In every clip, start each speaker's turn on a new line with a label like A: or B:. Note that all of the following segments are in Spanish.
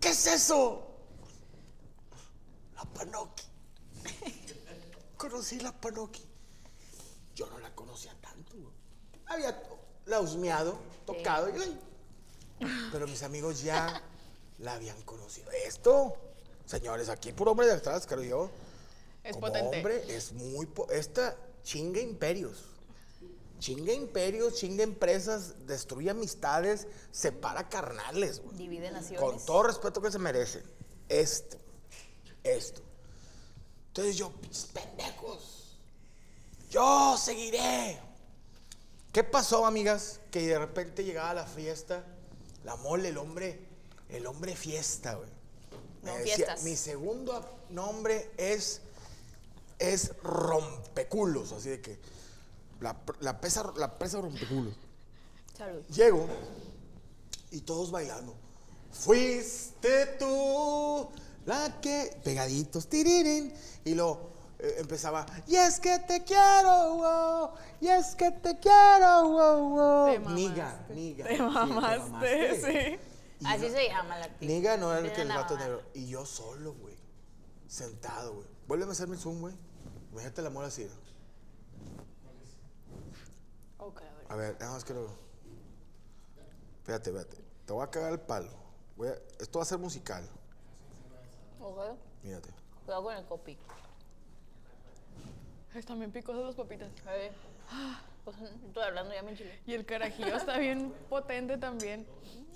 A: ¿Qué es eso? La panoqui. Conocí la panoqui. Yo no la conocía tanto. Había to- la husmeado, tocado. y ay. Pero mis amigos ya la habían conocido. Esto, señores, aquí por hombre de atrás, creo yo.
B: Es
A: como
B: potente.
A: hombre, es muy... po- Esta chinga imperios. Chinga imperios, chinga empresas, destruye amistades, separa carnales. güey.
B: Divide naciones.
A: Con todo respeto que se merecen. Esto. Esto. Entonces yo, "Pinches pendejos. Yo seguiré. ¿Qué pasó, amigas? Que de repente llegaba la fiesta, la mole, el hombre, el hombre fiesta, güey. Me
B: No,
A: decía,
B: fiestas.
A: Mi segundo ap- nombre es, es rompeculos, así de que la, pr- la pesa, la presa rompeculos.
B: Salud.
A: Llego y todos bailando. Fuiste tú la que. Pegaditos, tirirín. Y luego eh, empezaba. Y es que te quiero, wow. Y es que te quiero, wow, wow. Niga, niga. sí, Te mamaste, Y
B: Así
A: yo-
B: se llama la actividad.
A: Niga no era el
B: Era
A: que el
B: la
A: gato
B: mamá.
A: negro. Y yo solo, güey. Sentado, güey. Vuélveme a hacerme zoom, güey. Imagínate la mola así. ¿no? A ver, nada más quiero. Espérate, espérate. Te voy a cagar el palo. Voy a- Esto va a ser musical.
B: Ojo,
A: Mírate.
B: Cuidado con el copy.
C: Están bien picosas las papitas.
B: A ver. Pues, estoy hablando ya me enchilé.
C: Y el carajillo está bien potente también.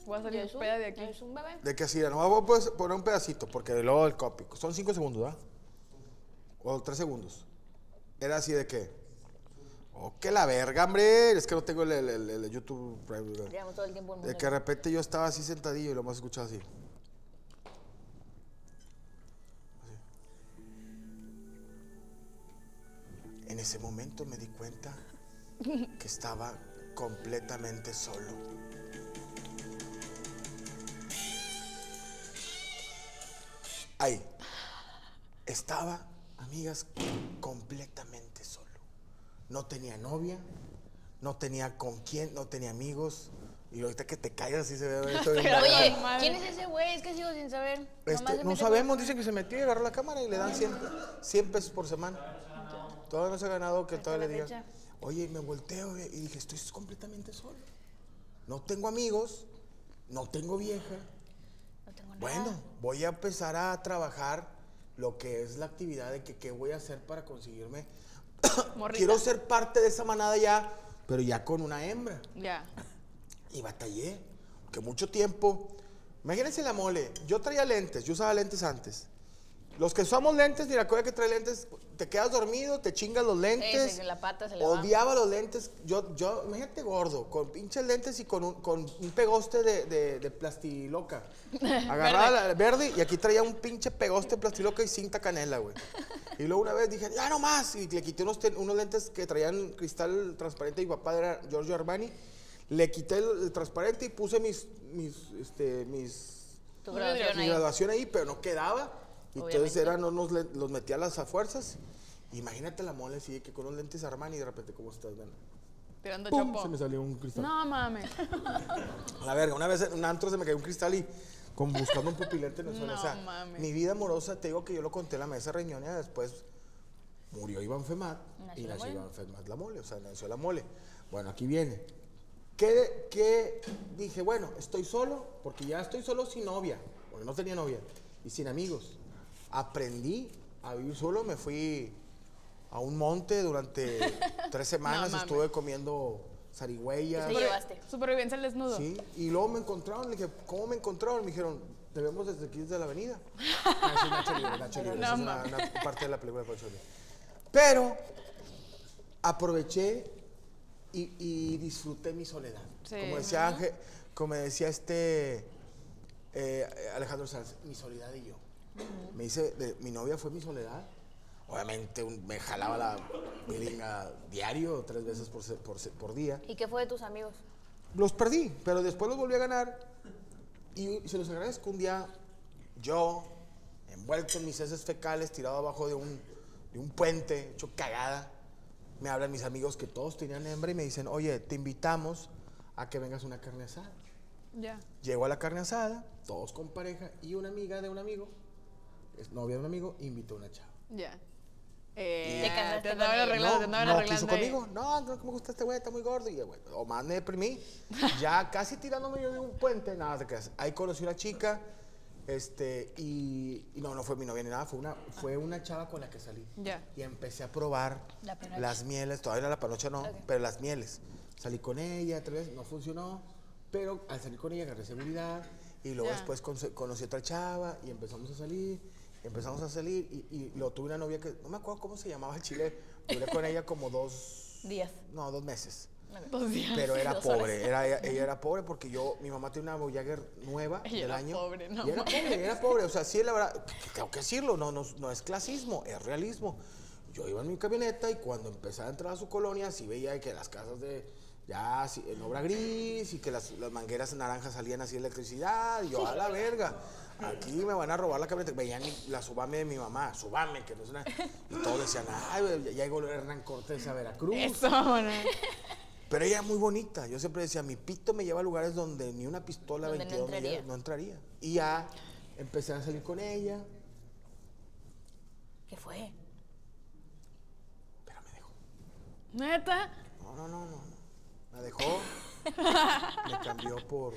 C: Voy a
B: ¿Y
C: salir
B: eso?
C: peda de aquí.
B: ¿Es un bebé?
A: De que así, no voy a pues, poner un pedacito, porque luego el copy. Son cinco segundos, ¿verdad? O tres segundos. Era así de que. Oh, que la verga, hombre. Es que no tengo el, el- el- el YouTube Prime. ¿verdad?
B: Llevamos todo el tiempo en
A: De
B: mundo.
A: que de repente yo estaba así sentadillo y lo más escuchado así. Así. En ese momento me di cuenta que estaba completamente solo. Ahí. Estaba, amigas, completamente solo. No tenía novia, no tenía con quién, no tenía amigos. Y ahorita que te caigas así se ve esto bien
B: Pero,
A: mal.
B: Oye, ¿quién es ese güey? Es que sigo sin saber.
A: Este,
B: Nomás se
A: no
B: mete
A: sabemos, dice que se metió y agarró la cámara y le dan 100, 100 pesos por semana. Todavía no se ha ganado que todavía le
C: la
A: digan. Oye, y me volteo eh", y dije, estoy completamente solo. No tengo amigos, no tengo vieja.
B: con- No tengo nada.
A: Bueno, voy a empezar a trabajar lo que es la actividad de que qué voy a hacer para conseguirme.
C: Morrita.
A: Quiero ser parte de esa manada ya, pero ya con una hembra.
C: Ya.
A: Y batallé, que mucho tiempo. Imagínense la mole. Yo traía lentes, yo usaba lentes antes. Los que usamos lentes, ni la cosa que trae lentes, te quedas dormido, te chingas los lentes.
B: que la pata se le va.
A: Odiaba los lentes. Yo, yo, imagínate gordo, con pinches lentes y con un, con un pegoste de, de, de plastiloca. Agarraba la- el verde y aquí traía un pinche pegoste de plastiloca y cinta canela, güey. Y luego una vez dije, ya no más. Y le quité unos, ten- unos lentes que traían cristal transparente y mi papá era Giorgio Armani. Le quité el, el transparente y puse mis, mis, este, mis,
B: Tu grabación
A: mi
B: ahí.
A: graduación ahí, pero no quedaba. Y Entonces
B: Obviamente.
A: era, no nos le- los metía a las a fuerzas. Imagínate la mole así, de que con los lentes Armani y de repente, ¿cómo estás, ven?
C: Tirando
A: ¡Pum!
C: chapo.
A: Se me salió un cristal.
C: No mames.
A: A La verga, una vez en un antro se me cayó un cristal y con buscando un pupilente en el suelo. o
C: No
A: sea,
C: mames.
A: mi vida amorosa, te digo que yo lo conté en la mesa reñonera, después murió Iván Femat y
B: Nació la
A: nació
B: mole.
A: Iván Femat la mole, o sea, nació la mole. Bueno, aquí viene. ¿Qué, qué dije? Bueno, estoy solo, porque ya estoy solo sin novia, porque no tenía novia, y sin amigos. Aprendí a vivir solo, me fui a un monte durante tres semanas,
C: mames.
A: estuve comiendo zarigüeyas.
B: Te llevaste.
C: Supervivencia al desnudo.
A: Sí, y luego me encontraron, le dije, ¿cómo me encontraron? Me dijeron, te vemos desde aquí, desde la avenida. Ah, eso es Nacho Libre, Nacho Libre, esa es una, una parte de la película de Nacho Libre. Pero aproveché y, y disfruté mi soledad.
C: Sí.
A: Como decía Ángel, como decía este eh, Alejandro Sanz, mi soledad y yo. Me dice, de- mi novia fue mi soledad. Obviamente un- me jalaba la pilinga diario, tres veces por, se- por, se- por día
B: ¿Y qué fue de tus amigos?
A: los perdí, pero después los volví a ganar. Y se los agradezco un día, yo, envuelto en mis heces fecales, tirado abajo de un, de un puente, hecho cagada. Me hablan mis amigos que todos tenían hembra y me dicen, oye, te invitamos a que vengas a una carne asada.
C: Ya.
A: Llego a la carne asada, todos con pareja, y una amiga de un amigo, es novia de un amigo, invitó a una chava.
C: Ya. Eh,
B: Te casaste
C: Te andaban
B: con él.
C: arreglando, te andaban
A: no quiso
C: arreglando. ahí.
A: conmigo. No, no, que me gusta este güey, está muy gordo. Y, yo, güey, o más me deprimí. Ya casi tirándome yo de un puente. Nada, te creas. Ahí conocí una chica. Este, y, y no, no fue mi novia ni nada. Fue una, fue una chava con la que salí.
C: Ya.
A: Y empecé a probar
B: La panocha.
A: las mieles. Todavía la panocha no, pero las mieles. Salí con ella, otra vez, no funcionó. Pero al salir con ella agarré seguridad. Y luego
C: Ya.
A: después conocí, conocí otra chava y empezamos a salir. Empezamos a salir y, y luego tuve una novia que no me acuerdo cómo se llamaba en Chile. Duré con ella como dos,
B: Días.
A: no, dos meses.
C: Dos días.
A: Pero era
B: Dos horas.
A: pobre, era, ella, ella era pobre porque yo, mi mamá tiene una Voyager nueva
C: Ella
A: del
C: era
A: año.
C: pobre, no
A: Y era
C: mames.
A: pobre, era pobre. O sea, sí, la verdad, tengo que decirlo, no, no, no es clasismo, es realismo. Yo iba en mi camioneta y cuando empezaba a entrar a su colonia, sí veía que las casas de. Ya, sí, en obra gris y que las, las mangueras naranjas salían así de electricidad. Y yo, a la verga, aquí me van a robar la camioneta. Veían la subame de mi mamá, subame, que no es una. Y todos decían, ay, güey, ya llegó Hernán Cortés a Veracruz.
C: Eso, bueno.
A: Pero ella es muy bonita. Yo siempre decía, mi pito me lleva a lugares donde ni una pistola
B: Donde no
A: 22 me
B: entraría.
A: lleva- no entraría. Y ya empecé a salir con ella,
B: ¿Qué fue?
A: pero me dejó.
C: Neta.
A: No, no, no, no. no. Me dejó. me cambió por,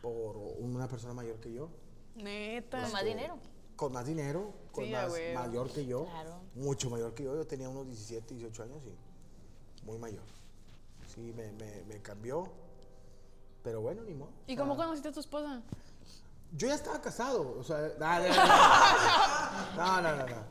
A: por una persona mayor que yo.
C: Neta.
B: ¿Con más dinero?
A: Con más dinero, con
C: Sí, a
A: más
C: huevo.
A: mayor que yo.
B: Claro.
A: Mucho mayor que yo. Yo tenía unos 17, 18 años y muy mayor. Sí, me, me- me cambió. Pero bueno, ni modo.
C: ¿Y
A: O
C: cómo
A: sea,
C: conociste a tu esposa?
A: Yo ya estaba casado, o sea, nah, nah, nah, nah. no, no, no, no.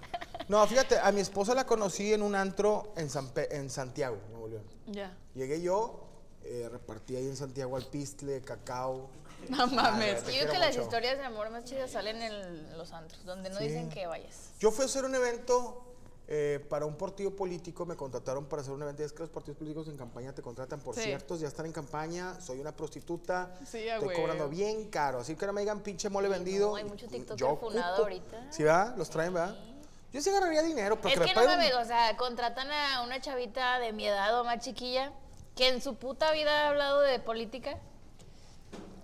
A: No, fíjate, a mi esposa la conocí en un antro en, San Pe- en Santiago, Nuevo León.
C: Ya.
A: Llegué yo, eh, repartí ahí en Santiago alpistle, cacao.
C: No mames.
A: Ah, Te
B: Yo
A: quiero
B: digo que las
A: mucho.
B: historias de amor más chidas salen en los antros, donde no dicen que vayas.
A: Yo fui a hacer un evento eh, para un partido político, me contrataron para hacer un evento. Es que los partidos políticos en campaña te contratan por
C: Sí.
A: ciertos, ya están en campaña, soy una prostituta,
C: Sí, a
A: estoy cobrando
C: huevo.
A: bien caro. Así que no me digan pinche mole vendido.
B: no, hay mucho TikToker
A: Yo
B: funado
A: ocupo.
B: ahorita.
A: Sí, ¿verdad? Los traen, ¿verdad? Yo sí agarraría dinero, pero
B: es
A: me
B: que no
A: paguen-
B: mames, o sea, contratan a una chavita de mi edad o más chiquilla que en su puta vida ha hablado de política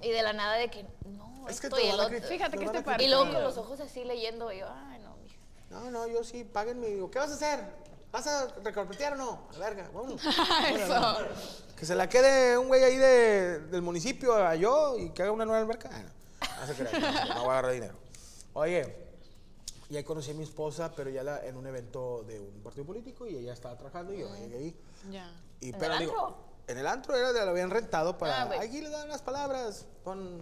B: y de la nada de que no,
A: Es que
B: esto y
A: te
B: el
A: van a
B: otro.
A: criticar.
C: Fíjate
A: te
C: que
A: van
C: este
A: a criticar.
B: Y luego con los ojos así leyendo, y yo, ay, no, mija.
A: No, no, yo sí, páguenme. Digo, ¿qué vas a hacer? ¿Vas a recorpetear o no? A verga, vámonos.
C: Eso.
A: Que se la quede un güey ahí de- del municipio a yo y que haga una nueva alberca. Ah, no. No se crean, no, no voy a agarrar dinero. Oye, y ahí conocí a mi esposa, pero ya la- en un evento de un partido político y ella estaba trabajando y yo llegué ahí.
C: Ya.
A: Y,
B: ¿En
A: pero
B: el
A: digo,
B: antro?
A: en el antro era de lo habían rentado para.
B: Ah, güey.
A: aquí le dan las palabras con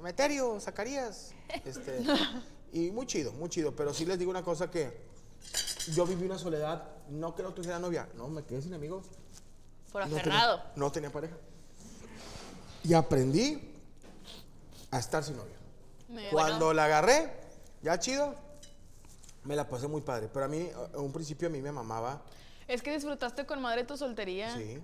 A: Meterio, Zacarías. Este, y muy chido, muy chido. Pero sí les digo una cosa que yo viví una soledad, no que no tuviera novia. No, me quedé sin amigos.
B: Por
A: No tenía-
B: aferrado.
A: no tenía pareja. Y aprendí a estar sin novia.
C: Neta.
A: Cuando la agarré, ya chido, me la pasé muy padre. Pero a mí, a- a un principio a mí me mamaba.
C: Ah. Es que disfrutaste con madre tu soltería.
A: Sí.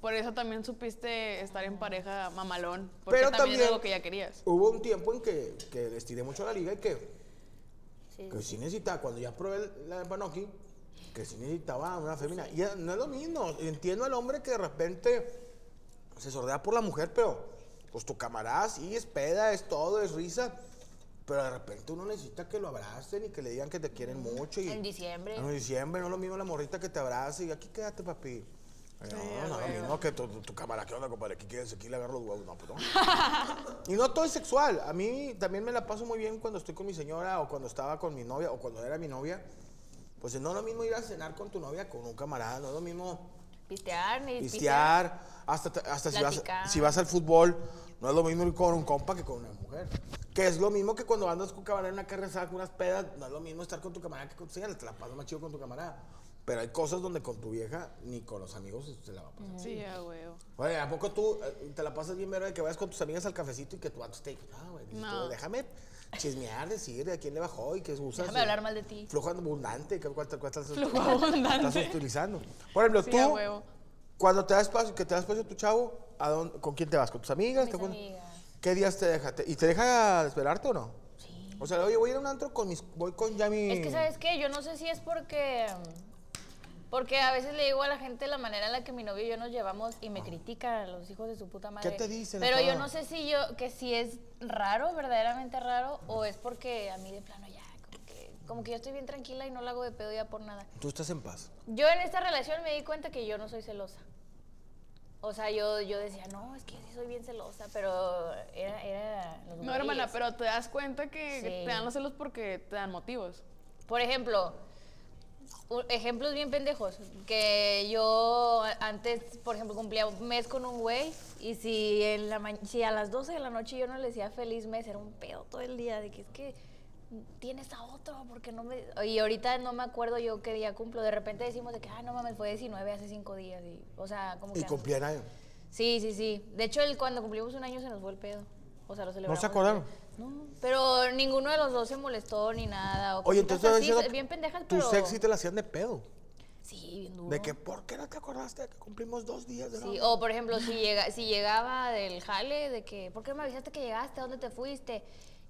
C: Por eso también supiste estar en pareja mamalón. Porque
A: Pero
C: también, es
A: también-
C: algo que ya querías.
A: Hubo un tiempo en que, que les tiré mucho a la liga y que,
B: Sí,
A: que sí necesitaba, cuando ya probé el- la de Panoki, que sí necesitaba una femina. Y no es lo mismo. Entiendo al hombre que de repente se sordea por la mujer, pero pues tu camarada sí es peda, es todo, es risa. Pero de repente uno necesita que lo abracen y que le digan que te quieren mucho. Y,
B: En diciembre.
A: En diciembre, no es lo mismo la morrita que te abraza y aquí quédate, papi. No, no, no, no, que tu, tu- tu cámara, ¿qué onda, compadre? Aquí quédense, aquí le agarro los huevos. No, pues no. Y no todo es sexual. A mí también me la paso muy bien cuando estoy con mi señora o cuando estaba con mi novia o cuando era mi novia. Pues no es lo mismo ir a cenar con tu novia con un camarada, no es lo mismo
B: Pistear, ni pistear.
A: pistear, hasta, te- hasta si, vas,
B: Platicar.
A: si vas al fútbol, no es lo mismo ir con un compa que con una mujer. Que es lo mismo que cuando andas con camarada en una carrera con unas pedas, no es lo mismo estar con tu camarada que con tu señora, te la pasas más chido con tu camarada. Pero hay cosas donde con tu vieja ni con los amigos se la va a pasar.
C: Sí, a huevo.
A: Oye, ¿a poco tú eh, te la pasas bien, verga, que vayas con tus amigas al cafecito y que tu vato esté, ah, güey, dices
C: No.
A: tú, déjame chismear, decir a quién le bajó y qué usas?
B: Déjame hablar mal de ti.
A: Flojo abundante, ¿qué- ¿cuál, te- cuál estás,
C: Flujo abundante.
A: estás utilizando? Por ejemplo,
C: Sí,
A: tú,
C: a huevo.
A: cuando te das espacio, que te das espacio a tu chavo, ¿a dónde- ¿con quién te vas? ¿Con tus amigas?
B: mis
A: ¿Te acuerdas?
B: amigas.
A: ¿Qué días te deja? ¿Te- ¿Y te deja esperarte o no? Sí. O sea, oye, voy a ir a un antro con mis, voy con ya mi...
B: Es que, ¿sabes qué? Yo no sé si es porque. mm, Porque a veces le digo a la gente la manera en la que mi novio y yo nos llevamos y me critican los hijos de su puta madre.
A: te dicen,
B: Pero yo
A: Alfaro?
B: no sé si yo, que si es raro, verdaderamente raro, o es porque a mí de plano ya, como que, como que yo estoy bien tranquila y no la hago de pedo ya por nada.
A: Tú estás en paz.
B: Yo en esta relación me di cuenta que yo no soy celosa. O sea, yo, yo decía, no, es que sí soy bien celosa, pero era, era los
C: No, hermana,
B: güeyes.
C: pero te das cuenta que
B: Sí.
C: te dan los celos porque te dan motivos.
B: Por ejemplo, u- ejemplos bien pendejos. Que yo a- antes, por ejemplo, cumplía un mes con un güey y si, en la ma- si a las 12 de la noche yo no le decía feliz mes, era un pedo todo el día de que es que tienes a otro porque no me... Y ahorita no me acuerdo yo qué día cumplo. De repente decimos de que, ah, no mames, fue 19 hace 5 días. Y, o sea, como que...
A: Y
B: ando-
A: cumplían año.
B: Sí, sí, sí. De hecho, el, cuando cumplimos un año se nos fue el pedo. O sea, lo celebramos.
A: acordaron?
B: No, pero ninguno de los dos se molestó ni nada. O
A: Oye, entonces...
B: cositas así,
A: estás diciendo
B: bien pendejas,
A: Tu
B: pero...
A: sex sí te la hacían de pedo.
B: Sí, bien duro.
A: De que, ¿por qué no te acordaste de que cumplimos dos días de
B: Sí,
A: novio?
B: o por ejemplo, si, llega, si llegaba del jale, de que, ¿por qué no me avisaste que llegaste? ¿A dónde te fuiste?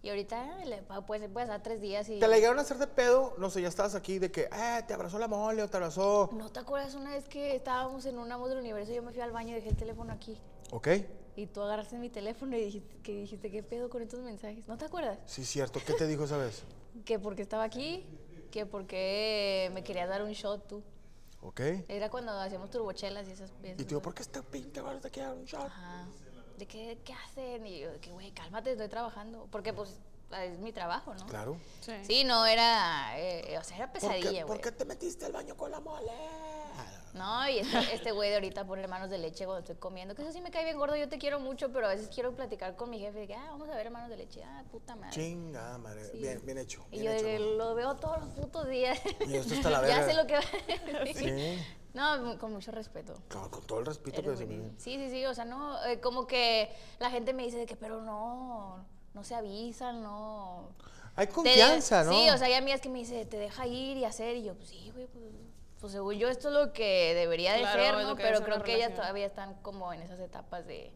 B: Y ahorita, le- pues, puedes dar tres días y...
A: Te la llegaron a hacer de pedo, no sé, ya estabas aquí, de que, ah, te abrazó la mole o te abrazó.
B: ¿No te acuerdas una vez que estábamos en un amo del universo y yo me fui al baño y dejé el teléfono aquí?
A: Ok,
B: Y tú agarraste mi teléfono y dijiste, que dijiste, ¿qué pedo con estos mensajes? ¿No te acuerdas?
A: sí, cierto. ¿Qué te dijo esa vez?
B: Que porque estaba aquí, que porque me querías dar un shot tú.
A: Ok.
B: Era cuando hacíamos turbochelas y esas
A: Y te digo, ¿por qué este pinte barrio te quiere dar un shot?
B: Ajá. ¿De qué, qué hacen? Y yo, de que, güey, cálmate, estoy trabajando. Porque, pues, es mi trabajo, ¿no?
A: Claro.
C: Sí.
B: Sí, no, era. eh, o sea, era
A: ¿Por qué,
B: pesadilla,
A: ¿Por
B: güey.
A: qué te metiste al baño con la mole?
B: No, y este este güey de ahorita pone hermanos de leche cuando estoy comiendo. Que eso sí me cae bien gordo, yo te quiero mucho, pero a veces quiero platicar con mi jefe. De que, ah, vamos a ver hermanos de leche. Ah, puta madre.
A: Chinga, madre.
B: Sí.
A: Bien, bien hecho.
B: Y
A: Bien
B: yo de
A: hecho,
B: que
A: ¿no?
B: lo veo todos los putos días.
A: Y esto está la
B: ya
A: verga.
B: sé lo que va a decir.
A: Sí.
B: No, con mucho respeto.
A: Claro, con todo el respeto
B: Eres
A: que se
B: buenísimo.
A: me
B: Sí, sí, sí, o sea, no, eh, como que la gente me dice de que, pero no, no se avisan, no.
A: Hay
B: Te de-
A: confianza, ¿no?
B: Sí, o sea, hay amigas que me dice, te deja ir y hacer, y yo, pues sí, güey, pues, pues, según yo esto es lo que debería de
C: Claro, es
B: ser,
C: lo
B: ¿no?
C: que debe
B: Pero
C: ser
B: creo
C: una
B: que ellas
C: relación.
B: todavía están como en esas etapas de,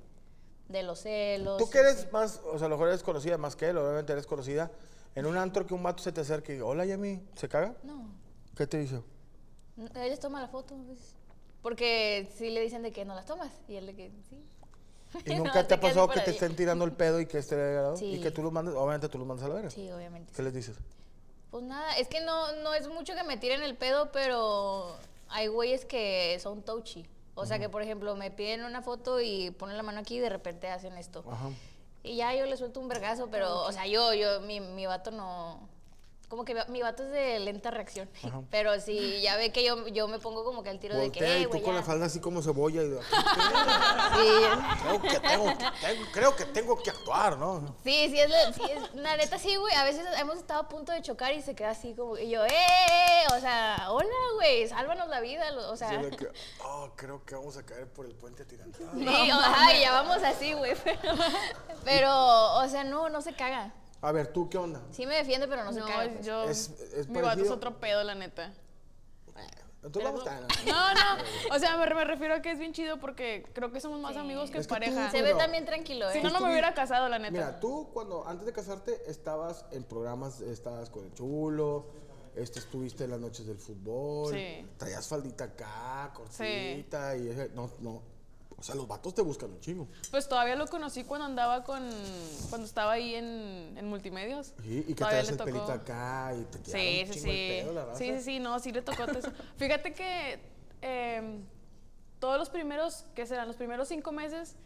B: de los celos.
A: Tú que
B: y
A: eres
B: así.
A: más, o sea, a lo mejor eres conocida más que él, obviamente eres conocida. En un antro que un vato se te acerque y diga, hola, Yami, ¿se caga?
B: No,
A: ¿Qué te dice?
B: no, ellas toman la foto, pues, porque sí le dicen de que no las tomas, y él de que sí.
A: ¿Y
B: No,
A: nunca
B: se
A: te ha
B: queda
A: pasado
B: por
A: que te
B: ahí.
A: estén tirando el pedo y que esté grabado?
B: Sí.
A: Y que tú los mandas, obviamente tú los mandas a la verga.
B: Sí, obviamente.
A: ¿Qué les dices?
B: Pues nada, es que no, no es mucho que me tiren el pedo, pero hay güeyes que son touchy. O sea que, por ejemplo, me piden una foto y ponen la mano aquí y de repente hacen esto.
A: Ajá.
B: Y ya yo le suelto un vergazo, pero, o sea, yo, yo, mi, mi vato no... Como que mi vato es de lenta reacción.
A: Ajá.
B: Pero si ya ve que yo, yo me pongo como que al tiro de que,
A: Voltea
B: "Eh,
A: y tú
B: güey,
A: con
B: ya".
A: la falda así como cebolla. Y...
B: Sí.
A: creo, que tengo, que- tengo- creo que tengo que actuar, ¿no?
B: Sí, sí, es, la- sí es- la neta sí, güey. A veces hemos estado a punto de chocar y se queda así como, y yo, ¡eh! eh, eh", O sea, hola, güey, sálvanos la vida. lo- O sea,
A: Sí,
B: sí,
A: de que, "Oh, creo que vamos a caer por el puente atirantado.
B: ajá, y ya vamos así, güey. Pero, pero, o sea, no, no se caga.
A: A ver, ¿tú qué onda?
B: Sí me defiende, pero no, se
C: No,
B: caga. pues.
C: yo.
A: Es- es
C: mi vato es
A: parecido.
C: otro pedo, la neta.
A: Entonces vamos a estar.
C: No, no. O sea, me, me refiero a que es bien chido porque creo que somos más amigos que
A: Es que tú-
C: pareja.
B: Se
A: Bueno,
B: ve también tranquilo, ¿eh?
C: Si no, no me hubiera casado, la neta.
A: Mira, tú cuando antes de casarte estabas en programas, estabas con el chulo, este, estuviste en las noches del fútbol,
C: Sí.
A: traías faldita acá, cortita y ese- no, no. O sea, los vatos te buscan un chingo.
C: Pues todavía lo conocí cuando andaba con. cuando estaba ahí en, en multimedios.
A: Sí, y que
C: Todavía
A: traías
C: le
A: el
C: tocó.
A: pelito acá y te tiraron
C: Sí,
A: un
C: sí,
A: chingo el
C: sí.
A: pedo, la raza.
C: Sí, sí, sí, no, sí le tocó todo eso. Fíjate que em, todos los primeros, ¿qué serán? Los primeros cinco meses,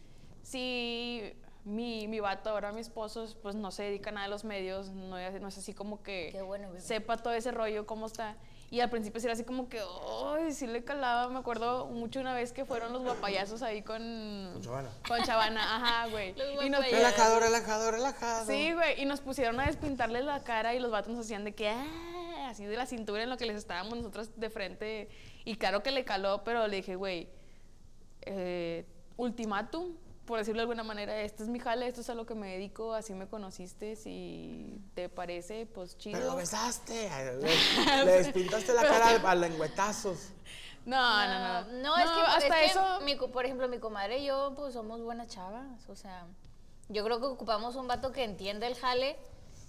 C: sí, mi, mi vato, ahora mi esposo, pues no se dedica a nada de los medios, no, es- no es así como que
B: Qué bueno, bebé.
C: sepa todo ese rollo, cómo está. Y al principio sí era así como que, ¡ay! Sí le calaba. Me acuerdo mucho una vez que fueron los guapayazos ahí con.
A: Con Chavana.
C: Con Chavana, ajá, güey.
B: Los
C: Y nos-
B: guapayazos.
A: Relajado, relajado, relajado.
C: Sí, güey, y nos pusieron a despintarle la cara y los vatos nos hacían de que, ah, así de la cintura en lo que les estábamos nosotros de frente. Y claro que le caló, pero le dije, güey, eh, ultimátum, por decirlo de alguna manera, este es mi jale, esto es a lo que me dedico, así me conociste, si te parece, pues chido.
A: Pero lo besaste, le, le despintaste la cara a, a lengüetazos.
C: No, no,
B: No,
C: no.
B: no, es que
C: hasta
B: es que
C: eso...
B: mi co- por ejemplo, mi comadre y yo, pues somos buenas chavas. O sea, yo creo que ocupamos un vato que entienda el jale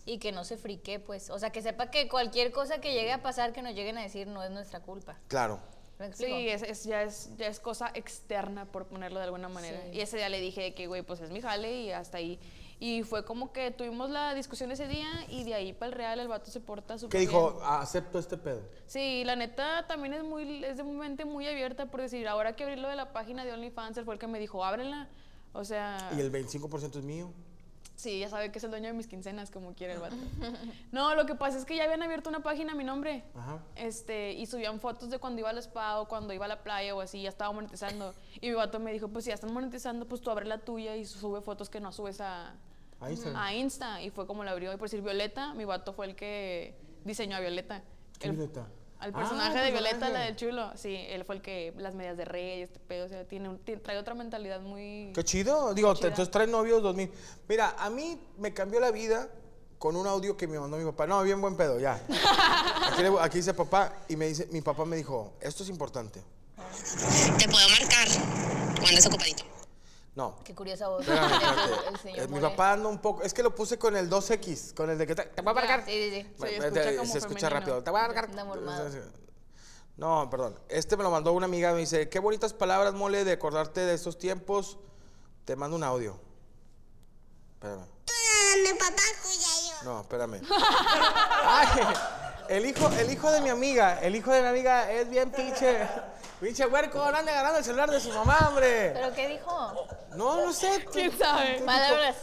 B: y que no se frique, pues. O sea, que sepa que cualquier cosa que llegue a pasar, que nos lleguen a decir, no es nuestra culpa.
A: Claro.
B: ¿Me explico?
C: Sí, es, es- ya, es, ya es cosa externa, por ponerlo de alguna manera.
B: Sí.
C: Y ese día le dije de que, güey, pues es mi jale y hasta ahí. Y fue como que tuvimos la discusión ese día y de ahí para el real el vato se porta súper
A: Que dijo,
C: bien.
A: acepto este pedo.
C: Sí, la neta también es muy es de mente muy abierta por decir, ahora que abrí lo de la página de OnlyFans, él fue el que me dijo, ábrela. O sea,
A: Y el 25% es mío.
C: sí, ya sabe que es el dueño de mis quincenas, como quiere el vato. no, lo que pasa es que ya habían abierto una página a mi nombre.
A: Ajá.
C: Este, y subían fotos de cuando iba al spa o cuando iba a la playa o así, ya estaba monetizando. Y mi vato me dijo, pues si ya están monetizando, pues tú abre la tuya y sube fotos que no subes a,
A: A Instagram.
C: a Insta. Y fue como la abrió. Y por decir Violeta, mi vato fue el que diseñó a Violeta.
A: ¿Qué
C: El-
A: Violeta?
C: Al
A: Ah,
C: personaje de
A: el
C: Violeta, la
A: personaje.
C: del chulo. Sí, él fue el que, las medias de rey, este pedo, o sea, tiene, un- tiene- trae otra mentalidad muy...
A: Qué chido. Digo, te-
C: chida.
A: entonces traes novios 2000. Mira, a mí me cambió la vida con un audio que me mandó mi papá. No, bien buen pedo, ya. Aquí, le- aquí dice papá y me dice, mi papá me dijo, esto es importante.
D: Te puedo marcar cuando es ocupadito.
A: No.
B: Qué curiosa voz.
A: espérame,
B: El-
A: espérate.
B: el señor
A: Eh, mi
B: Moret.
A: papá anda un poco. Es que lo puse con el 2X, con el de que te, te voy a
B: Ya,
A: marcar.
B: sí, sí, sí.
C: Se
A: Eh,
C: escucha
A: eh,
C: como
A: se escucha
C: femenino.
A: rápido. Te voy a
B: Anda mormado.
A: marcar. No, perdón. Este me lo mandó una amiga. Me dice, qué bonitas palabras, mole, de acordarte de esos tiempos. Te mando un audio. Espérame. No, espérame. Ay, el hijo, el hijo de mi amiga, el hijo de mi amiga es bien pinche. Pinche huerco, no anda agarrando el celular de su mamá, hombre.
B: ¿Pero qué dijo?
A: No, no sé. tú-
C: ¿Quién sabe?
B: Palabras.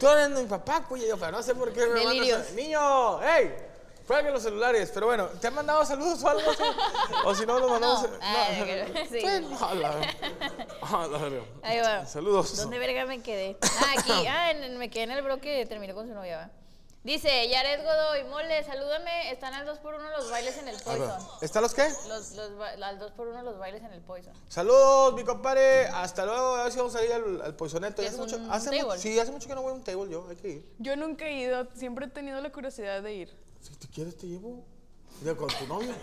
A: Tú eres mi papá, cuya yo, pero no sé por qué me
B: Delirios.
A: mandas. a- Niño, ¡ey! Jueguen los celulares, pero bueno, ¿te han mandado saludos o algo? O si no, nos mandamos.
B: No, ay, que- sí.
A: no, la- Ah, la verga.
B: Ahí va.
A: Saludos.
B: ¿Dónde verga me quedé? Ah, aquí. Ah, en- en- me quedé en el bro que terminó con su novia. ¿va? Dice, Yared Godoy, mole, salúdame. Están al 2x1 los bailes en el
A: A ver,
B: Poison.
A: ¿Están los qué?
B: Los, los, ba- al 2x1 los bailes en el Poison.
A: Saludos, mi compadre. Hasta luego. A ver si vamos a ir al, al poisoneto.
B: ¿Ya
A: Hace
B: es
A: mucho,
B: un
A: hace mu-
B: table?
A: sí, hace mucho que no voy a un table yo. Hay que ir.
C: Yo nunca he ido, siempre he tenido la curiosidad de ir.
A: Si te quieres, te llevo. Digo, con tu novio.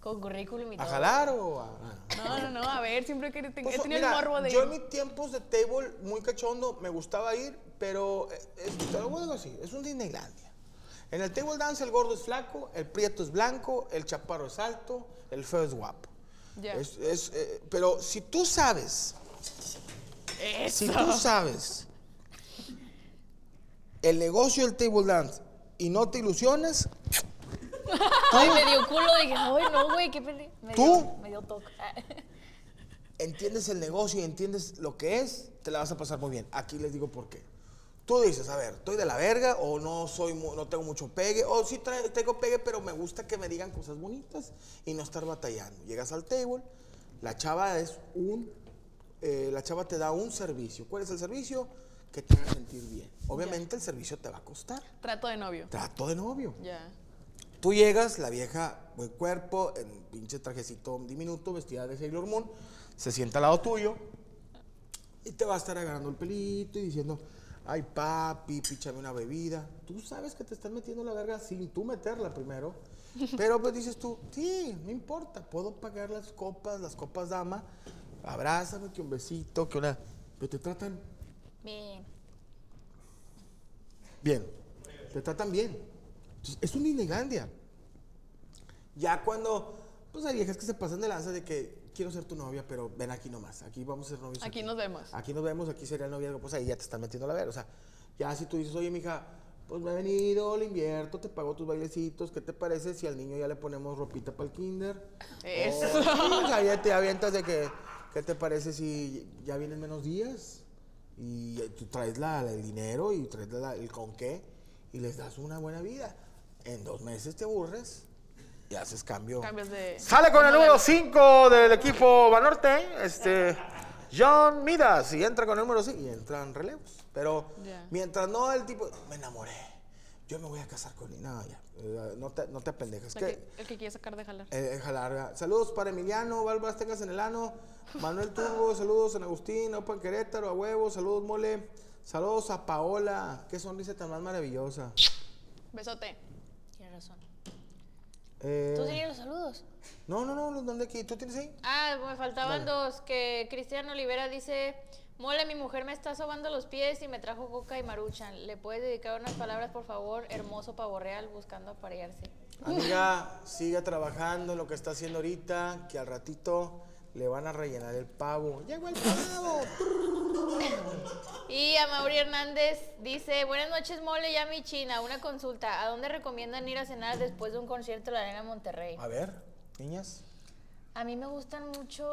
B: Con currículum y
A: ¿A
B: todo.
A: jalar o a.? a-
C: No, no, no, a ver, siempre he querido-
A: Pues,
C: he tenido
A: mira,
C: el morbo de
A: Yo
C: ir.
A: en mis tiempos de table, muy cachondo, me gustaba ir, pero eh, es- te lo voy a decir así, es un Disneylandia. En el table dance el gordo es flaco, el prieto es blanco, el chaparro es alto, el feo es guapo.
C: Ya.
A: Es- es, eh, pero si tú sabes, si tú sabes el negocio del table dance y no te ilusiones,
B: Ay, me dio culo. Dije, ay, no, güey, qué peli. Me
A: ¿Tú?
B: Dio, me dio toque. Ah,
A: entiendes el negocio y entiendes lo que es, te la vas a pasar muy bien. Aquí les digo por qué. Tú dices, a ver, estoy de la verga o no soy mu- no tengo mucho pegue o sí tra- tengo pegue, pero me gusta que me digan cosas bonitas y no estar batallando. Llegas al table, la chava es un eh, la chava te da un servicio. ¿Cuál es el servicio? Que te haga sentir bien. Obviamente el servicio te va a costar.
C: Trato de novio.
A: Trato de novio.
C: Ya.
A: Tú llegas, la vieja, buen cuerpo, en pinche trajecito diminuto, vestida de Sailor Moon, se sienta al lado tuyo y te va a estar agarrando el pelito y diciendo, ay papi, píchame una bebida. Tú sabes que te están metiendo la verga sin tú meterla primero Pero pues dices tú, sí, no importa, puedo pagar las copas, las copas dama, abrázame, que un besito, que una... Pero te tratan
B: Bien.
A: bien, te tratan bien. Entonces, es una ineglandia. Ya cuando, pues hay viejas que se pasan de lanza de que quiero ser tu novia, pero ven aquí nomás, aquí vamos a ser novios.
C: Aquí nos vemos.
A: Aquí nos vemos, aquí sería el noviazgo, pues ahí ya te están metiendo la ver. O sea, ya si tú dices, oye, mija, pues me he venido, le invierto, te pago tus bailecitos, ¿qué te parece si al niño ya le ponemos ropita para el kinder?
C: Eso.
A: O, sí, o sea, ya te avientas de que, ¿qué te parece si ya vienen menos días? Y eh, tú traes la, la- el dinero y traes la- el con qué y les das una buena vida. En dos meses te aburres y haces cambio.
C: Cambios de.
A: Sale con el número 5 del equipo Banorte, este, John Midas, y entra con el número 5 y entran relevos. Pero
C: Ya.
A: mientras no el tipo, me enamoré, yo me voy a casar con él. No, ya, eh, no te, no te apendejes.
C: El
A: Que,
C: que, el que quiere sacar de jalar.
A: eh, eh, jalar. Saludos para Emiliano, Valvas, tengas en el ano. Manuel Turbo, saludos San Agustín, Opa en Querétaro, a huevo, saludos mole. Saludos a Paola, qué sonrisa tan más maravillosa.
C: Besote.
B: Tienes razón.
A: Eh,
B: ¿Tú tenías los saludos?
A: no, no, no, los mandé aquí. ¿Tú tienes ahí?
B: Ah, me faltaban dos. Que Cristian Olivera dice: Mole, mi mujer me está sobando los pies y me trajo coca y maruchan. ¿Le puedes dedicar unas palabras, por favor? Hermoso pavo real buscando aparearse.
A: Amiga, siga trabajando en lo que está haciendo ahorita, que al ratito le van a rellenar el pavo. ¡Llegó el pavo!
B: Y a Mauri Hernández dice: Buenas noches, Mole, ya mi china. Una consulta: ¿a dónde recomiendan ir a cenar después de un concierto en la Arena Monterrey?
A: A ver, niñas.
B: A mí me gustan mucho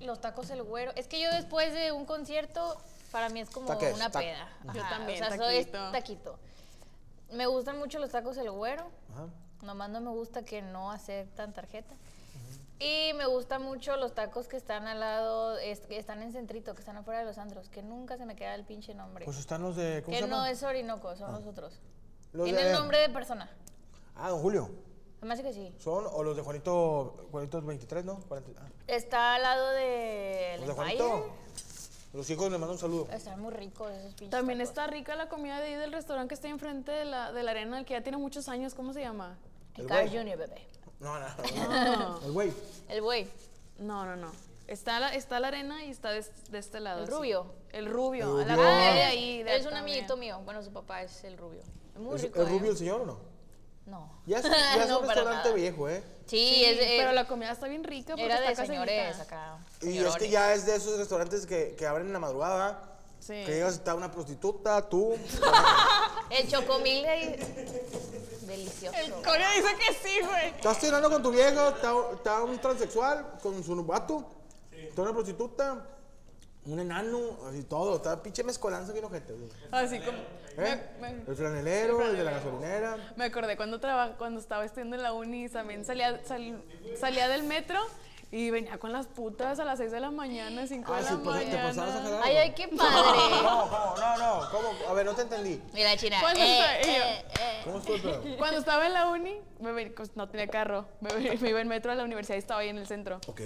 B: los tacos el güero. Es que yo después de un concierto, para mí es como
A: Taques,
B: una
A: ta-
B: peda.
C: Yo también,
B: O sea, soy
C: taquito.
B: taquito. Me gustan mucho los tacos el güero.
A: Ajá.
B: Nomás no me gusta que no aceptan tarjeta. Y me gustan mucho los tacos que están al lado, es- que están en Centrito, que están afuera de los Andros, que nunca se me queda el pinche nombre.
A: Pues están los de. ¿Cómo
B: que
A: se
B: no
A: llama?
B: es Orinoco, son los otros.
A: Los
B: Tiene
A: de-
B: el nombre de persona.
A: Ah, don Julio.
B: Además que sí.
A: Son, o los de Juanito, Juanito 23, ¿no? 40, ah.
B: Está al lado de...
A: Los de Juanito. Los hijos le mandan un saludo.
B: Están muy ricos esos pinches
C: También
B: tacos.
C: está rica la comida de ahí del restaurante que está enfrente de la, de la arena, el que ya tiene muchos años. ¿Cómo se llama?
B: El
A: El
B: Carl
A: güey.
B: Jr., bebé.
A: No, no, no. El güey.
B: El güey.
C: No, no, no. Está la, está la arena y está de, de este lado.
B: El
C: así.
B: rubio.
C: El rubio.
A: El
C: La
A: rubio.
C: comida
A: Ah,
C: de
B: Él-
C: ahí.
B: él
C: de
B: es un
C: también.
B: amiguito mío. Bueno, su papá es el rubio. Es muy
A: ¿Es,
B: rico.
A: es
B: ¿eh?
A: rubio el señor o no?
B: No.
A: Ya es, ya es
B: No,
A: un
B: para
A: restaurante
B: nada.
A: viejo, ¿eh?
B: Sí,
C: Sí,
B: es, es-
C: pero la comida está bien rica porque
B: era de
C: está
B: señores
C: caserita.
B: acá.
A: Y es que
B: señorones.
A: ya es de esos restaurantes que, que abren en la madrugada.
C: Sí.
A: Que llegas y está una prostituta, tú.
B: El chocomil ahí. Delicioso.
C: Corea dice que sí, güey.
A: Estás tirando con tu viejo, está, está un transexual con su vato, está una prostituta, un enano, así todo, está pinche mezcolanza bien ojete. güey.
C: Así como.
A: ¿Eh?
C: Me, me-
A: el franelero, el de la gasolinera.
C: me acordé cuando traba- cuando estaba estudiando en la uni, también salía, sal- salía del metro y venía con las putas a las 6 de la mañana, 5 de
A: Ah,
C: la
A: sí, pues, te pasabas a
C: mañana.
A: jalar.
B: Ay, ay, qué padre.
A: No, no, no, no, ¿cómo? A ver, no te entendí.
B: Mira, China.
C: ¿Cuándo
B: eh,
C: soy yo?
B: eh, eh.
A: ¿Cómo estuvo el pedo?
C: Cuando estaba en la uni, me ven- pues, no tenía carro, me, ven- me iba en metro a la universidad y estaba ahí en el centro.
A: Ok.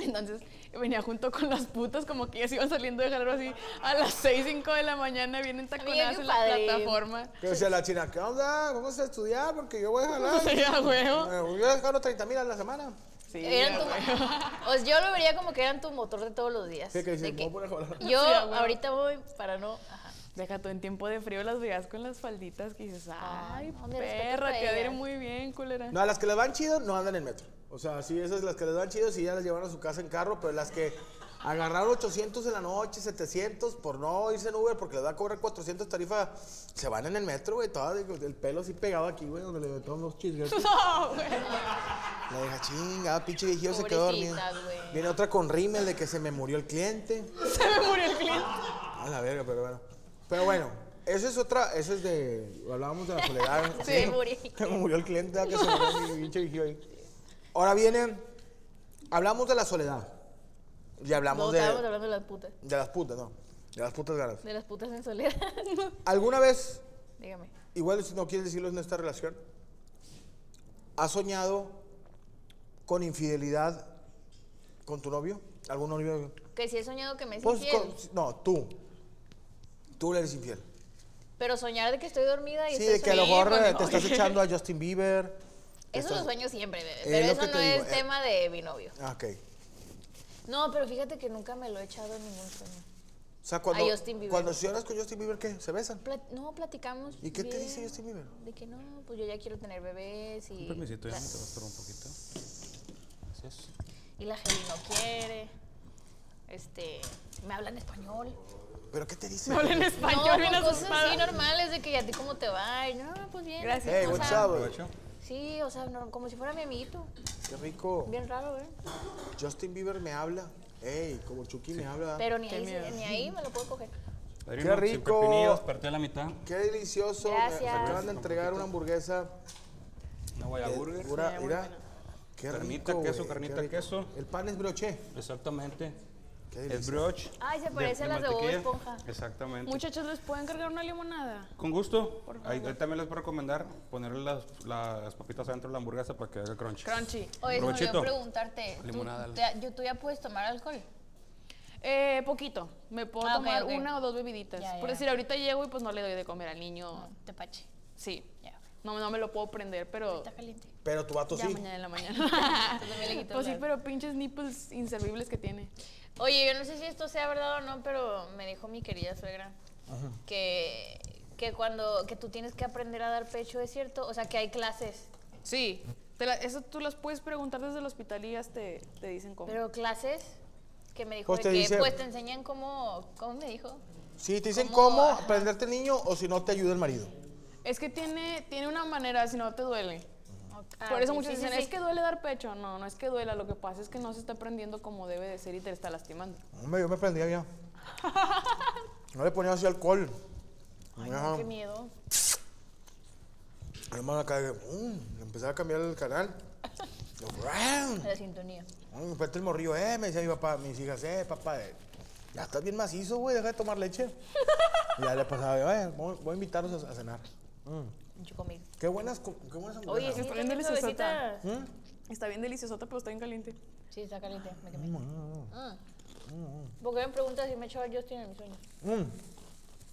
C: Entonces venía junto con las putas, como que ellas iban saliendo de jalar así a las 6, 5 de la mañana, vienen taconadas
B: qué
C: en la
B: padre.
C: plataforma.
A: Que decía la china, ¿qué onda? Vamos a estudiar porque yo voy a jalar.
C: Sí, a huevo.
A: Eh, voy a dejar 30 mil a la semana.
C: Sí,
B: Eran
C: a
B: tu
C: huevo.
B: mo- o sea, yo lo vería como que eran tu motor de todos los días.
A: Sí, que dice,
B: De
A: voy
B: que
A: a poner a jalar.
B: yo
C: Sí, a huevo.
B: ahorita voy para no. Ajá.
C: Deja tú en tiempo de frío las veías con las falditas que dices, ay,
B: no, mi respeto
C: perra,
B: para
C: te va a ir
B: ellas".
C: muy bien, culera.
A: No, a las que les van chido no andan en metro. O sea, sí, esas las que les van chido sí ya las llevan a su casa en carro, pero las que agarraron 800 en la noche, 700 por no irse en Uber porque les va a cobrar 400 tarifa, se van en el metro, güey, todas de- el pelo así pegado aquí, güey, donde le toman los chisguetes.
C: No, güey.
A: La deja chingada, pinche viejillo se quedó dormido.
B: Pobrecitas, güey.
A: Viene otra con rímel de que se me murió el cliente.
C: Se me murió el cliente.
A: A la verga, pero bueno. Pero bueno, eso es otra, eso es de. Hablábamos de la soledad.
B: Sí,
A: Se me-
B: morí.
A: Se me murió el cliente, ah, que se murió mi pinche viejillo ahí. Ahora viene. Hablamos de la soledad. Y hablamos
B: No,
A: de,
B: estábamos hablando de las putas.
A: de las putas, no. De las putas ganas.
B: De las putas en soledad.
A: ¿Alguna vez,
B: Dígame.
A: igual si no quieres decirlo en esta relación, has soñado con infidelidad con tu novio? ¿Algún novio?
B: Que sí he soñado que me es
A: Pues,
B: infiel,
A: con- no, tú. Tú le eres infiel.
B: Pero soñar de que estoy dormida y
A: Sí,
B: estoy
A: de que a lo
B: soñando-
A: mejor eh, te estás echando a Justin Bieber,
B: Eso
A: Eso-
B: lo sueño siempre, bebé.
A: Es
B: Pero
A: lo
B: eso
A: que
B: no
A: te digo,
B: es
A: eh.
B: tema de mi novio.
A: Ah, ok.
B: No, pero fíjate que nunca me lo he echado en ningún sueño.
A: O sea, cuando,
B: Justin Bieber.
A: cuando lloras con Justin Bieber, ¿qué? ¿Se besan?
B: Plat- no, platicamos.
A: ¿Y qué te
B: bien,
A: dice este Justin Bieber?
B: De que no, pues yo ya quiero tener bebés y.
E: Un permisito, ya
B: la-
E: me te vas a un poquito. Gracias.
B: Y la gente no quiere. Este. Me hablan español.
A: ¿Pero qué te dice?
C: En
B: no,
C: español, bien
B: pues, cosas
C: asustada.
B: así normales de que ¿y a ti cómo te va. Y, no, pues bien.
C: Gracias.
A: Hey,
B: o
A: what's
B: sea,
A: up? bro?
E: Provecho.
B: Sí, o sea, no- como si fuera mi amiguito.
A: Qué rico.
B: Bien raro, ¿eh?
A: Justin Bieber me habla. Ey, como Chucky me habla.
B: Pero ni ahí, se- ni ahí me lo puedo coger.
E: Padrino,
A: ¡Qué
E: Sin
A: rico!
E: pepinillos, partió a la mitad.
A: Qué delicioso. Me- Me
B: Gracias.
A: acaban de entregar una hamburguesa.
E: Una
A: Eh,
E: guayaburger.
A: pura- mira. Qué
E: Carnita,
A: rico,
E: queso,
A: güey, qué
E: carnita,
A: rico.
E: queso.
A: El pan es broché.
E: Exactamente.
A: Qué
E: Es
A: delicioso.
E: brioche.
B: Ay, se parece a las de Bob
E: mantequilla.
B: Esponja.
E: Exactamente.
C: Muchachos, ¿les pueden cargar una limonada?
E: Con gusto. Ahí, ahí también les voy a recomendar ponerle las, las papitas adentro de la hamburguesa para que haga crunchy.
C: Crunchy.
B: Oye, se me olvidó
E: Provechito.
B: preguntarte. ¿tú,
E: Limonada.
B: te- yo, ¿Tú ya puedes tomar alcohol?
C: Eh, poquito. Me puedo
B: Ah, ok,
C: tomar
B: ok.
C: una o dos bebiditas.
B: Ya, Ah.
C: Por
B: ya.
C: decir, ahorita llego y pues no le doy de comer al niño.
B: Te pache.
C: Sí.
B: Ya.
C: No, no me lo puedo prender, pero
B: Está caliente.
A: Pero tu vato
C: ya
A: sí.
C: mañana en la mañana.
B: Tú también le quitas
C: pues sí,
B: la-
C: pero pinches nipples inservibles que tiene.
B: Oye, yo no sé si esto sea verdad o no, pero me dijo mi querida suegra que, que cuando que tú tienes que aprender a dar pecho, ¿es cierto? O sea, que hay clases.
C: Sí. Te la- eso tú las puedes preguntar desde el hospital y ellas te, te dicen cómo.
B: Pero clases que me dijo
A: Pues
B: de
A: te
B: que
A: dice-
B: pues te enseñan cómo, ¿cómo me dijo?
A: Sí, te dicen
B: ¿Cómo?
A: cómo
B: Ajá.
A: prenderte el niño o si no te ayuda el marido.
C: es que tiene, tiene una manera, si no te duele.
B: Ah,
C: Por eso
B: sí,
C: muchos
B: sí, sí,
C: dicen,
B: sí.
C: es que duele dar pecho. No, no es que duela, lo que pasa es que no se está prendiendo como debe de ser y te está lastimando.
A: Hombre, yo me prendía ya. No le ponía así alcohol.
B: Ay,
A: Ya.
B: no, qué miedo.
A: Hermano, acá de- mm, empezaba a cambiar el canal. Yo, ¡guau!
B: La sintonía.
A: Mm, Después el morrillo, eh, me decía mi papá, mis hijas, eh, papá, eh, ya estás bien macizo, güey, deja de tomar leche. Y ya le pasaba, yo, eh, voy, voy a invitarlos a, a cenar.
B: Yo comí.
A: Qué buenas, co- qué buenas
B: Oye,
A: hamburguesas.
B: sí,
C: Está
B: está
C: bien
B: bien
C: deliciosota.
B: suavecita.
C: Está bien deliciosota, pero está bien caliente.
B: Sí, está caliente, me quemé. Ah. Mm. ¿Por qué me preguntas si me echaba Justin en mis sueños?
A: Mm.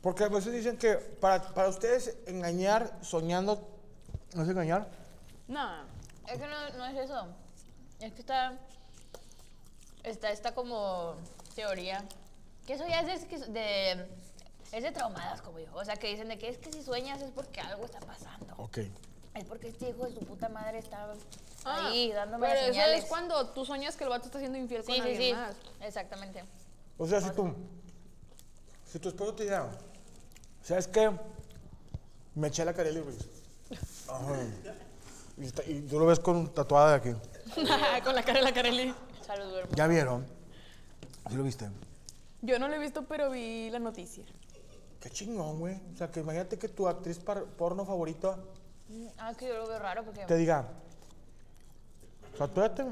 A: Porque a veces dicen que para, para ustedes engañar, soñando, no es engañar.
C: No.
B: Es que no, no es eso. Es que está, está esta como teoría. Que eso ya es de, de- es de traumadas, como yo. O sea, que dicen de que es que si sueñas es porque algo está pasando.
A: Ok.
B: Es porque este hijo de su puta madre está
C: Ah,
B: ahí dándome
C: Pero
B: las
C: eso
B: señales.
C: es cuando tú sueñas que el vato está siendo infiel con
B: Sí, sí,
C: alguien
B: sí.
C: más.
B: Exactamente.
A: O sea, si tú, si tu esposo te dijera, ¿sabes qué? Me eché la Carelli Ruiz. Ajá. Y, está- y tú lo ves con tatuada de aquí.
C: con la cara de la Carely.
B: Salud, duermo.
A: ¿Ya vieron? ¿Sí lo viste?
C: Yo no lo he visto, pero vi la noticia.
A: Qué chingón, güey. O sea, que imagínate que tu actriz par- porno favorita
B: Ah, que yo lo veo raro porque.
A: te diga, satúate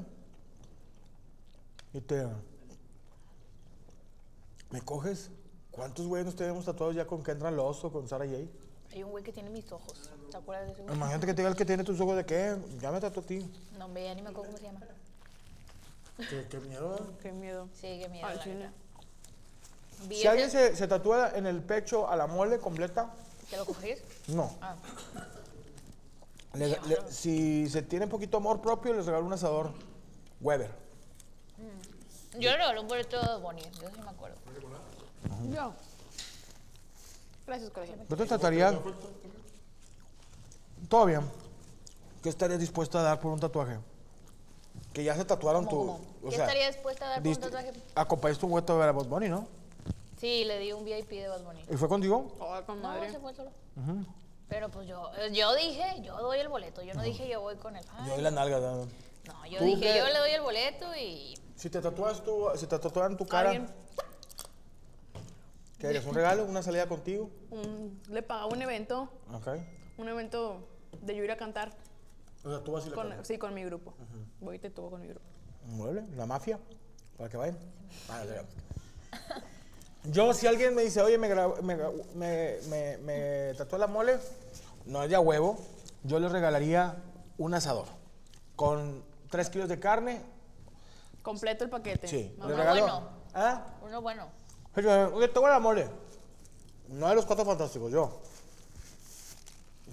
A: y te... ¿Me coges? ¿Cuántos güeyes nos tenemos tatuados ya con Kendra Loso, con Sara J?
B: Hay un güey que tiene mis ojos. ¿Te acuerdas de ese güey?
A: Imagínate que te diga el que tiene tus ojos de qué, ya me tatuó a ti.
B: No, hombre, ya ni me acuerdo cómo se llama.
A: Qué, qué miedo. ¿eh?
C: Qué miedo.
B: Sí, qué miedo.
C: Al
B: la
C: chile.
B: neta. Vi
A: Si alguien
B: ese-
A: se, se tatúa en el pecho a la mole completa,
B: ¿Te lo cogís?
A: no.
B: Ah.
A: Le- le- si se tiene poquito amor propio, les regalo un asador Weber.
B: Yo le regalé un boleto de Bonnie, yo sí me acuerdo.
C: Yo. Gracias, corazón.
A: Yo te trataría. Todo bien. ¿Qué estarías dispuesta a dar por un tatuaje? Que ya se tatuaron tu. o
B: ¿Qué
A: sea,
B: estaría dispuesta a dar por un
A: diste-
B: tatuaje?
A: Acompañaste un hueto a ver a Bad Bunny, ¿no?
B: Sí, le di un VIP de Bad Bunny.
A: ¿Y fue contigo?
C: Oh, con
B: No,
C: madre.
B: se fue solo. Pero pues yo, yo dije, yo doy el boleto. Yo no dije yo voy con él. Ay,
A: Yo di la nalga. ¿no?
B: no, yo
A: ¿Tú
B: dije
A: qué?
B: yo le doy el boleto y
A: Si te tatúas tú, si te tatúan tu cara.
C: Alguien.
A: ¿Qué harías? ¿Un regalo? ¿Una salida contigo?
C: Un- le pagaba un evento,
A: Ok.
C: un evento de yo ir a cantar.
A: O sea, tú vas y la
C: Con-
A: cantas.
C: sí, con mi grupo. Voy y te tuvo con mi grupo.
A: Mueble, la mafia, para que vayan. Ah, ya. Yo, si alguien me dice, oye, me, gra- me, gra- me, me, me tatué la mole, no es de a huevo, yo le regalaría un asador con tres kilos de carne.
C: Completo el paquete.
A: Sí,
C: Mamá.
A: le regalo.
B: bueno.
A: ¿Ah?
B: uno bueno.
A: Yo, eh, oye, tengo la mole. No de los cuatro fantásticos, yo.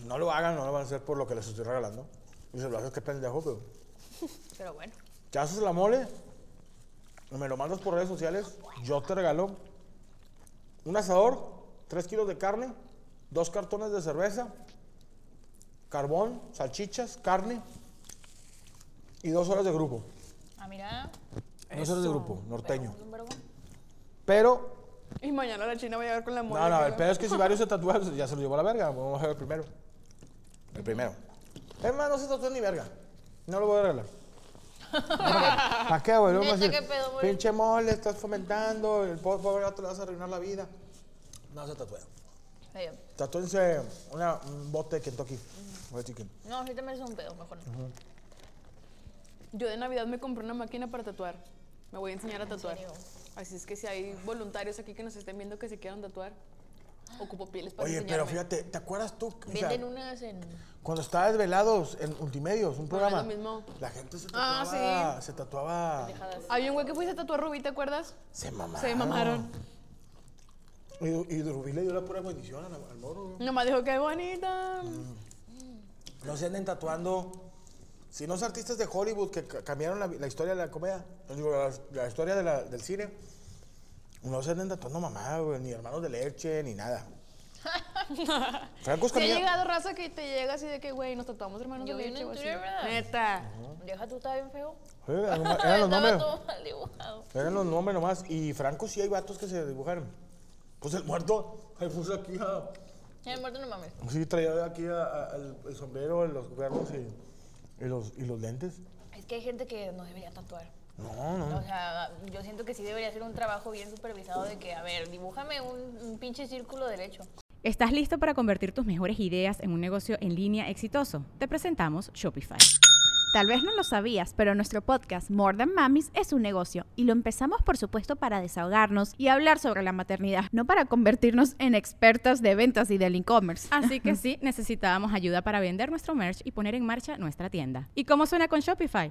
A: No lo hagan, no lo van a hacer por lo que les estoy regalando. Y se lo haces que pendejo, pero.
B: Pero bueno.
A: ¿Te haces la mole? Me lo mandas por redes sociales. Yo te regalo un asador, 3 kilos de carne, dos cartones de cerveza, carbón, salchichas, carne y dos horas de grupo.
B: Ah, mira.
A: Dos horas de grupo, norteño.
B: Es un vergüenza.
A: Pero,
C: Y mañana la China va a llegar con la mole.
A: no, no,
C: creo.
A: el pedo es que si varios se tatúan, pues, ya se lo llevó a la verga. Vamos a ver el primero. El primero. Es más, no se tatúa ni verga. No lo voy a regalar. ¿Para qué, güey? Luego me van a decir,
B: Neta, qué pedo, güey.
A: pinche mole, estás fomentando, el po- pobre gato le vas a arruinar la vida. No se tatúa.
B: Ay,
A: Tatúense una, un bote de Kentucky. Fried Chicken.
B: No, sí te mereces un pedo, mejor no.
C: Yo de Navidad me compré una máquina para tatuar. Me voy a enseñar a tatuar.
B: serio?
C: Así es que si hay voluntarios aquí que nos estén viendo que se quieran tatuar, ocupo pieles para
A: Oye, pero
C: enseñarme.
A: fíjate, ¿te acuerdas tú? O sea,
B: Venden unas en.
A: Cuando estaba Desvelados en Multimedios, un programa,
C: lo mismo.
A: la gente se
C: Ah,
A: tatuaba, se tatuaba,
C: Había un güey que fuiste a tatuar Rubí, ¿te acuerdas?
A: se mamaron.
C: Se mamaron.
A: Y, y Rubí le dio la pura bendición al, al morro. güey.
C: Nomás dijo que bonita.
A: No se anden tatuando. Si no es artistas de Hollywood que ca- cambiaron la, vi- la historia de la comedia, digo, la, la historia de la- del cine, no se anden tatuando mamá, güey, ni hermanos de leche, ni nada. Franco
C: Si ha
A: Escamilla-
C: llegado raza que te llega así de que, güey, nos tatuamos hermanos
B: Yo
C: de
B: vi uno
C: leche.
B: en
C: o así.
B: Twitter, ¿verdad?
C: Neta.
B: Deja tú, está bien feo.
A: Sí, eran nomás- Ah, eran los
B: Estaba
A: nombres.
B: todo mal dibujado.
A: Eran los nombres nomás. Y Franco sí hay vatos que se dibujaron. Pues el muerto, ahí puso aquí a...
B: Ya, muerto no mames.
A: Sí, traía aquí a- a- al- el sombrero, los cuernos y, y los, y los lentes.
B: Es que hay gente que no debería tatuar.
A: No, no.
B: O sea, yo siento que sí debería ser un trabajo bien supervisado de que, a ver, dibújame un, un pinche círculo derecho.
F: ¿Estás listo para convertir tus mejores ideas en un negocio en línea exitoso? Te presentamos Shopify.
G: Tal vez no lo sabías, pero nuestro podcast More Than Mamis es un negocio y lo empezamos por supuesto para desahogarnos y hablar sobre la maternidad, no para convertirnos en expertas de ventas y del e-commerce. Ah,
F: Así que sí, necesitábamos ayuda para vender nuestro merch y poner en marcha nuestra tienda. ¿Y cómo suena con Shopify?